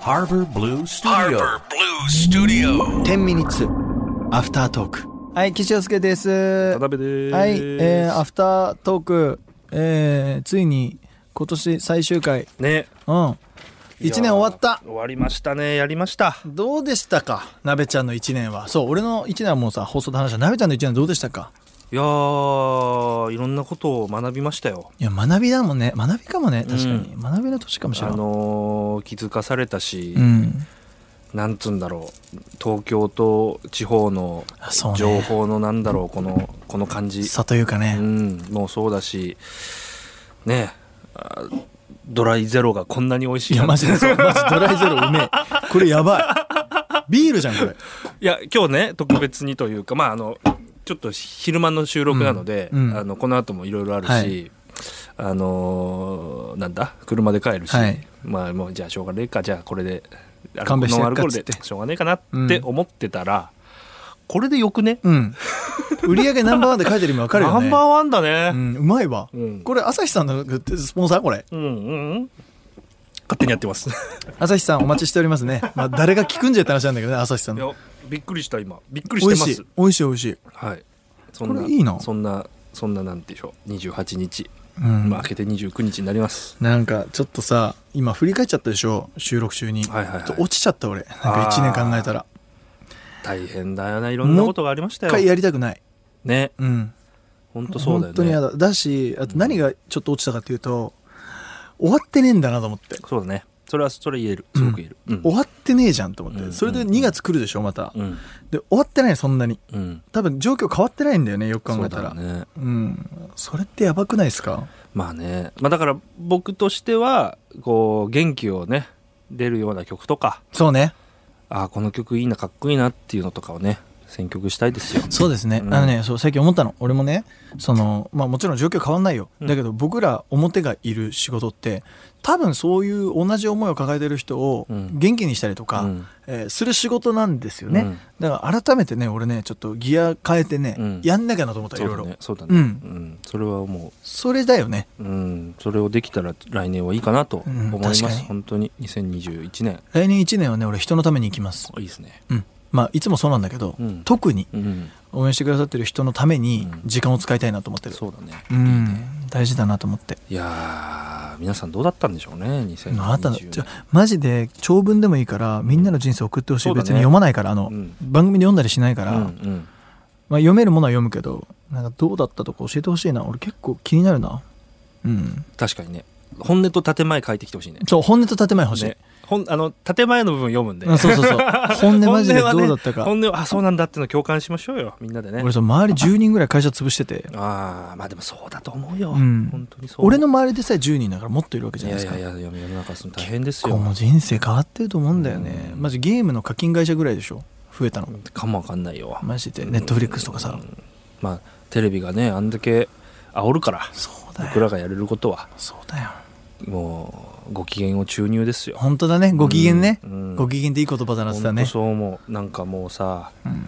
Harbor Blue Studio. Harbor Blue Studio. 10ミニッツアフタートークはい岸洋介です田辺です。はい、えー、アフタートーク、えー、ついに今年最終回ね、うん1年終わった終わりましたね。やりました。どうでしたかなべちゃんの1年はそう俺の1年はもうさ放送で話したなべちゃんの1年どうでしたかいやー、いろんなことを学びましたよ。いや学びだもんね学びかもね確かに、学びの年かもしれあない、のー気づかされたし、うんなんつうんだろう、東京と地方のあそうね情報のなんだろう、このこの感じ、差というかね、うん、もうそうだし、ね、あドライゼロがこんなに美味しいいやなんマてジでそうマジドライゼロうめえこれやばいビールじゃんこれいや今日ね特別にというかまああのちょっと昼間の収録なので、うんうんあのこの後もいろいろあるし、はいあのーなんだ車で帰るし、はいまあもうじゃあしょうがねえかじゃあこれであの勘弁してやノンっアルかコっーつっルてでしょうがねえかなって思ってたら、これでよくねうん売り上げナンバーワンで書いてる意味わかるよねナンバーワンだうね、ん、うまいわ、うんこれ朝日さんのスポンサーこれうん、うんうん勝手にやってます い朝日さんお待ちしておりますね、まあ、誰が聞くんじゃって話なんだけどね朝日さんのやびっくりした今びっくり美して味ましすい美味しい美味しい、はいそんなこれいいなそんなそんななんていうんでしょう28日、うんまあ明けて29日になりますなんかちょっとさ今振り返っちゃったでしょ収録中に、はいはいはいちょっと落ちちゃった俺なんか1年考えたら大変だよないろんなことがありました一回やよりたくないねうん本当そうだよ本ね当に嫌だだしあと何がちょっと落ちたかっていうと終わってねえんだなと思って、そうだねそれはそれ言えるすごく言えるうん終わってねえじゃんと思って、うんそれで2月来るでしょまた、うんで終わってないそんなにうん多分状況変わってないんだよねよく考そうえたらだねうん、それってやばくないですかまあねまあだから僕としてはこう元気をね出るような曲とかそうねああこの曲いいなかっこいいなっていうのとかをね選曲したいですよそうですね、うんあのねそう最近思ったの俺もねそのまあもちろん状況変わんないよ、うんだけど僕ら表がいる仕事って多分そういう同じ思いを抱えてる人をうん元気にしたりとか、うんえーする仕事なんですよね、うんだから改めてね俺ねちょっとギア変えてね、うんやんなきゃなと思ったいそうろいだろねそうだうねうんんそれはもそれだよねううんそれをできたら来年はいいかなとうん思いま確かすに本当に2021年来年1年はね俺人のために行きますいいですねうんまあいつもそうなんだけど、うん特にうん応援してくださってる人のためにうん時間を使いたいなと思ってる、そうだねうん、大事だなと思って。いやー皆さんどうだったんでしょうね2020年あなたのちょマジで長文でもいいからみんなの人生送ってほしい、そうだね別に読まないからあの、うん番組で読んだりしないから、うんうんまあ、読めるものは読むけどなんかどうだったとか教えてほしいな俺結構気になるなうん確かにね本音と建前書いてきてほしいねそう本音と建前欲しい、ねほんあの建前の部分読むんでうんそうそうそう 本音マジでどうだったか、本音はね本音はあそうなんだっていうのを共感しましょうよみんなでね俺そう周り10人ぐらい会社潰しててああまあでもそうだと思うよ、うん本当にそう俺の周りでさえ10人だからもっといるわけじいゃないやでいすかやいや世の中その大変ですこうもよう人生変わってると思うんだよね、うんマジゲームの課金会社ぐらいでしょ増えたのかもわかんないよマジでネットフリックスとかさ、まあテレビがねあんだけ煽るからそうだ僕よらがやれることはそうだよもうご機嫌を注入ですよ本当だねご機嫌ね、うんうんご機嫌っていい言葉だなってた本ね当そう思うなんかもうさうん、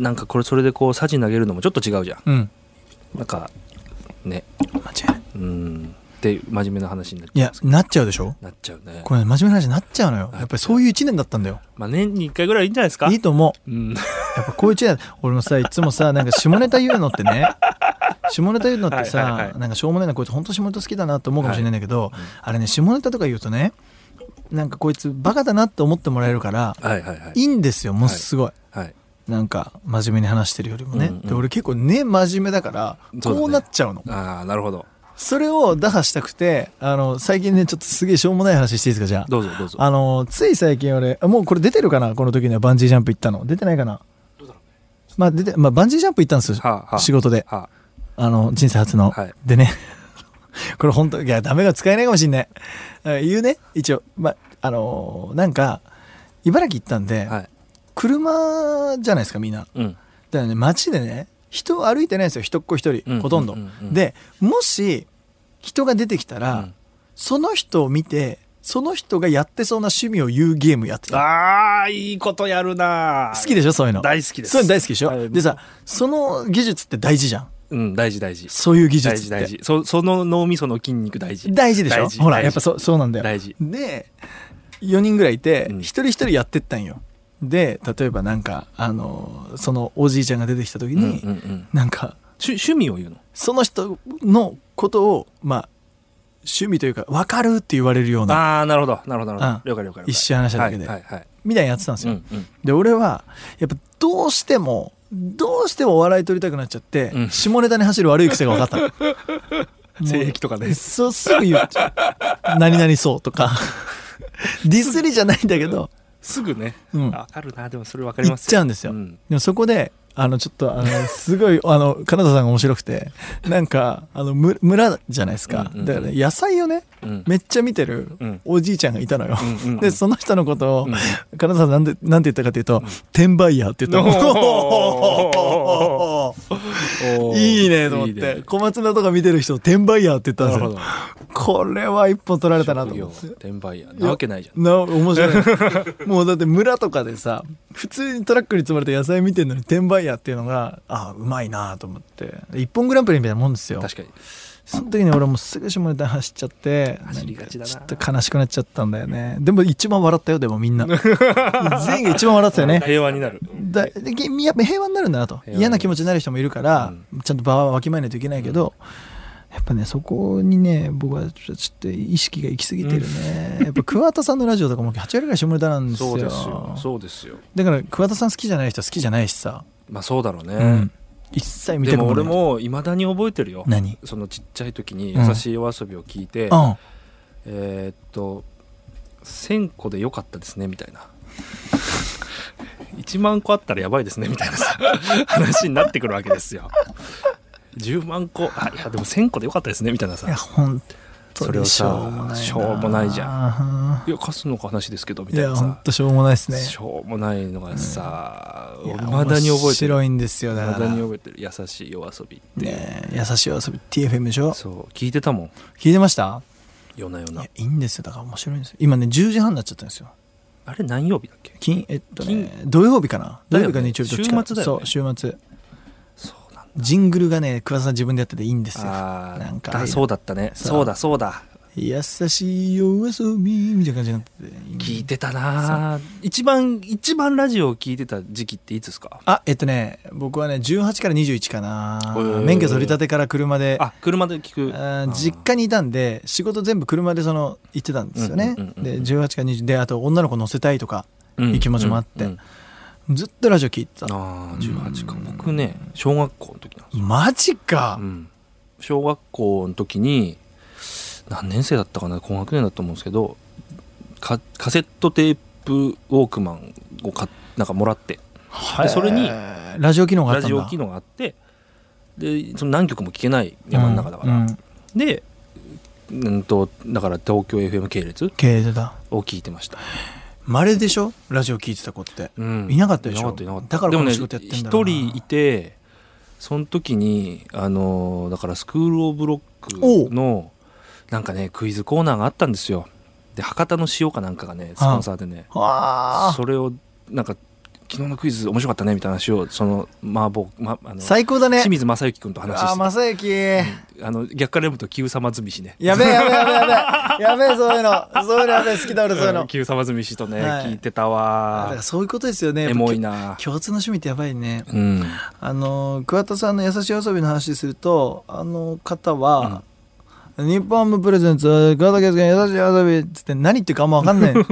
なんかこれそれでこうサジ投げるのもちょっと違うじゃんうん、なんかね間違いないうんって真面目な話になっいちゃうやなっちゃうでしょなっちゃうねこれね真面目な話になっちゃうのよやっぱりそういう一年だったんだよまあ年に1回ぐらいいいんじゃないですかいいと思ううん、 やっぱこういう一年俺もさいつもさなんか下ネタ言うのって ね下ネタ言うのってさ、はいはいはいなんかしょうもないなこいつ本当下ネタ好きだなと思うかもしれないんだけど、あれね下ネタとか言うとねなんかこいつバカだなって思ってもらえるからはいはいはいいいんですよもうすごい、はいなんか真面目に話してるよりもね、うんうんで俺結構ね真面目だからそうだねこうなっちゃうのそああなるほどれを打破したくてあの最近ねちょっとすげえしょうもない話していいですかじゃあどうぞどうぞあのつい最近俺あもうこれ出てるかなこの時にはバンジージャンプ行ったの出てないかなまあ出て、まあ、バンジージャンプ行ったんですよ、はあはあ仕事ではあの人生初の、はいでね これ本当いやダメが使えないかもしんないあ言うね一応まああのーなんか茨城行ったんで、あはい車じゃないですかみんなうんだよね街でね人歩いてないんですよ人っ子一うん人ほとんど、うんうんうんでもし人が出てきたら、うんその人を見てその人がやってそうな趣味を言うゲームやってたああいいことやるな好きでしょそういうの大好きですそういうの大好きでしょ、はいでさその技術って大事じゃんうん大事大事そういう技術っ大て事大事そその脳みその筋肉大事大事でしょほらやっぱそそそうなんだよ大事で4人ぐらいいて、うん一人一人やってったんよで例えばなんかあのそのおじいちゃんが出てきた時うんうに、んなんか趣趣味を言うのその人のことをまあ趣味というか分かるって言われるようなああなるほどなるほどなるほど、うん了解了解了解一緒に話しただけではいはいはいみたいにやってたんですうんよ、うんで俺はやっぱどうしてもどうしてもお笑い取りたくなっちゃって、うん下ネタに走る悪い癖が分かった のもう性癖とかねそうすぐ言っちゃう何々そうとかディスりじゃないんだけど すぐね、うんわかるなでもそれわかり言まっすちゃうんですよ、うんでもそこであのちょっとあのすごいあの金田さんが面白くてなんかあのむ村じゃないですか、うんうんうんだからね野菜をねうんめっちゃ見てるうんおじいちゃんがいたのよ、うんうん でその人のことを、うん金田さんなんでなんて言ったかというと「転売ヤー」って言ったのお いいねと思って小松菜とか見てる人を「転売ヤー」って言ったなんるでほすよどこれは一本取られたなと職業思って転売屋なわけないじゃんな面白い もうだって村とかでさ普通にトラックに積まれた野菜見てんのに転売屋っていうのがあうまいなと思って一本グランプリみたいなもんですよ確かにその時に俺もうすぐ下ネタ走っちゃって走りがちだなんかちょっと悲しくなっちゃったんだよねでも一番笑ったよでもみ んな全員が一番笑ってたよね平和になるだでげやっぱ平和になるんだなと平和嫌な気持ちになる人もいるから、ちゃんと場はわきまえないといけないけど、やっぱねそこにね僕はちょっと意識が行き過ぎてるね、やっぱ桑田さんのラジオとかも8割ぐらい下ネタなんですよそうですよそうですよだから桑田さん好きじゃない人は好きじゃないしさ、まあそうだろうね、うん一切見でたくももな俺いもいまだに覚えてるよ何そのちっちゃい時にうん優しいお遊びを聞いて、うんえーっと1000個でよかったですねみたいな1万個あったらやばいですねみたいなさ話になってくるわけですよ10万個あいやでも1000個でよかったですねみたいないやさ本そ当れをにさしょうもないなしょうもゃないじいや貸すのか話ですけどみいたいやな本さ当しょうもないですねしょうもないのがさいいやまだに覚えてる面白いんですよいだまからだに覚えてる優しい夜遊びっていう、ねえ優しいお遊び TFM でしょそう聞いてたもん聞いてました夜な夜いなやいいんですよだから面白いんですよ今ね10時半になっちゃったんですよあれ何曜日だっけ金えっとね土曜日かな土だよ曜ね日か日曜日どっちか週末だそようね週末そうなんだジングルがね桑田さん自分でやってていいんですよあなんあかだそうだったねそうそうだそうだ優しいお遊びみたいな感じになってて聞いてたなあ一番一番ラジオを聞いてた時期っていつですかあえっとね僕はね18から21かへなー免許取り立てから車であ車で聞くあー実家にいたんで仕事全部車でその行ってたんですよね、うんうんうんうんで18から20であと女の子乗せたいとかいう気持ちもあって、うんうんずっとラジオ聞いてたああ18か僕ね小学校の時なんですよマジか、うん小学校の時に何年生だったかな高学年だと思うんですけどかカセットテープウォークマンをかなんかもらってはでそれにラジオ機能があラったんジだオ機能があってでその何曲も聴けない山の中だから、うんうんでうんとだから東京 FM 系列経営だを聞いてました、まれでしょラジオ聞いてた子ってうんいなかったでしょいなかったいなかっただからでもねこの仕事やってんだろ一うな人いてその時にあのだからスクール・オブ・ロおッうクのなんかねクイズコーナーがあったんですよで博多の塩かなんかがねスポンサーでねああそれをなんか昨日のクイズ面白かったねみたいな話をその麻婆、ま、あの最高だね清水正幸君と話してああ正行あの逆から読むと「キウサマズミシね」やべえやべえやべえやべえやべえそういうのそういうのやべえ好きだ俺そういうのうんキウサマズミシとね、はい聞いてたあだかわらそういうことですよねエモいな共通の趣味ってやばいねうんあのー桑田さんの優しいお遊びの話するとあの方は、日本ハムプレゼンツ桑田佳祐の優しいお遊び」っつって何言ってるかあんま分かんない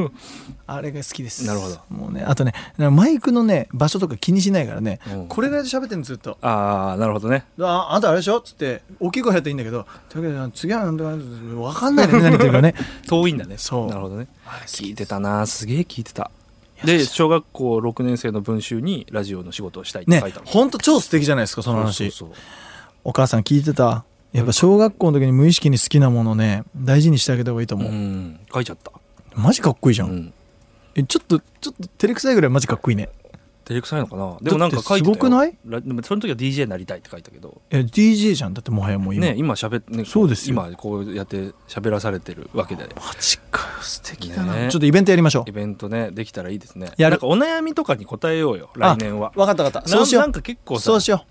あれが好きですなるほどもうねあとねマイクのね場所とか気にしないからね、うんこれぐらいで喋ってるのずっとああなるほどねああんたあれでしょっつって大きい声やったらいいんだけど「というわけで次はなんとか分かんないの ね何言ってるかね遠いんだねそうなるほどねあれ好き聞いてたなすげえ聞いてた優でしい小学校6年生の文集にラジオの仕事をしたいってね書いたの、ほんと超素敵じゃないですかその話そうそうお母さん聞いてたやっぱ小学校の時に無意識に好きなものね大事にしてあげた方がいいとそう思う、うん書いちゃったマジかっこいいじゃ、うんんえちょっとちょっと照れくさいぐらいマジかっこいいね照れくさいのかなでもなんか書いだっててたよすごくないラでもその時は DJ になりたいって書いたけどえ DJ じゃんだってもはやもう今、ね今しゃべ、ね、そうですよ今こうやって喋らされてるわけでマジかよ素敵だな、ねちょっとイベントやりましょイベントねできたらいいですねやるなんかお悩みとかに答えようよあ来年はう分かった分かったなそうしよなんうか結構そうさしよ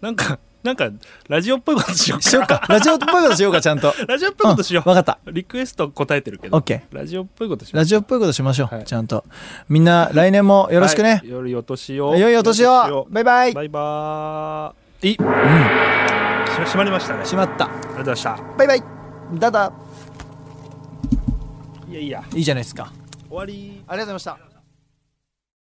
なんかなんかラジオっぽいことしようかしよう か。ラジオっぽいことしようか、ちゃんと。ラジオっぽいことしよう、わかった。リクエスト答えてるけどオッケラジオっぽいことしようラジオっぽいことしましょう、はいちゃんと。みんな、来年もよろしくねはい。よりお年を良いお年を。バイバイ。バイバーイい、うん、し閉まりましたねありしまった。がとうございましたバイバイ。だだ。いやいやいいじゃないですか。終わりありがとうございました。